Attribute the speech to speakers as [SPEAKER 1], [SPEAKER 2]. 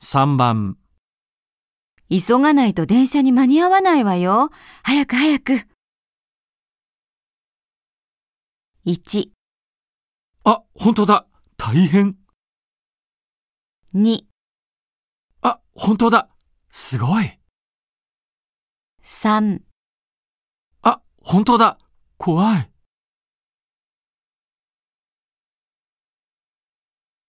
[SPEAKER 1] 3番、
[SPEAKER 2] 急がないと電車に間に合わないわよ。早く早く。1、
[SPEAKER 1] あ、本当だ、大変。
[SPEAKER 2] 2、
[SPEAKER 1] あ、本当だ、すごい。
[SPEAKER 2] 3
[SPEAKER 1] あ、本当だ、怖い。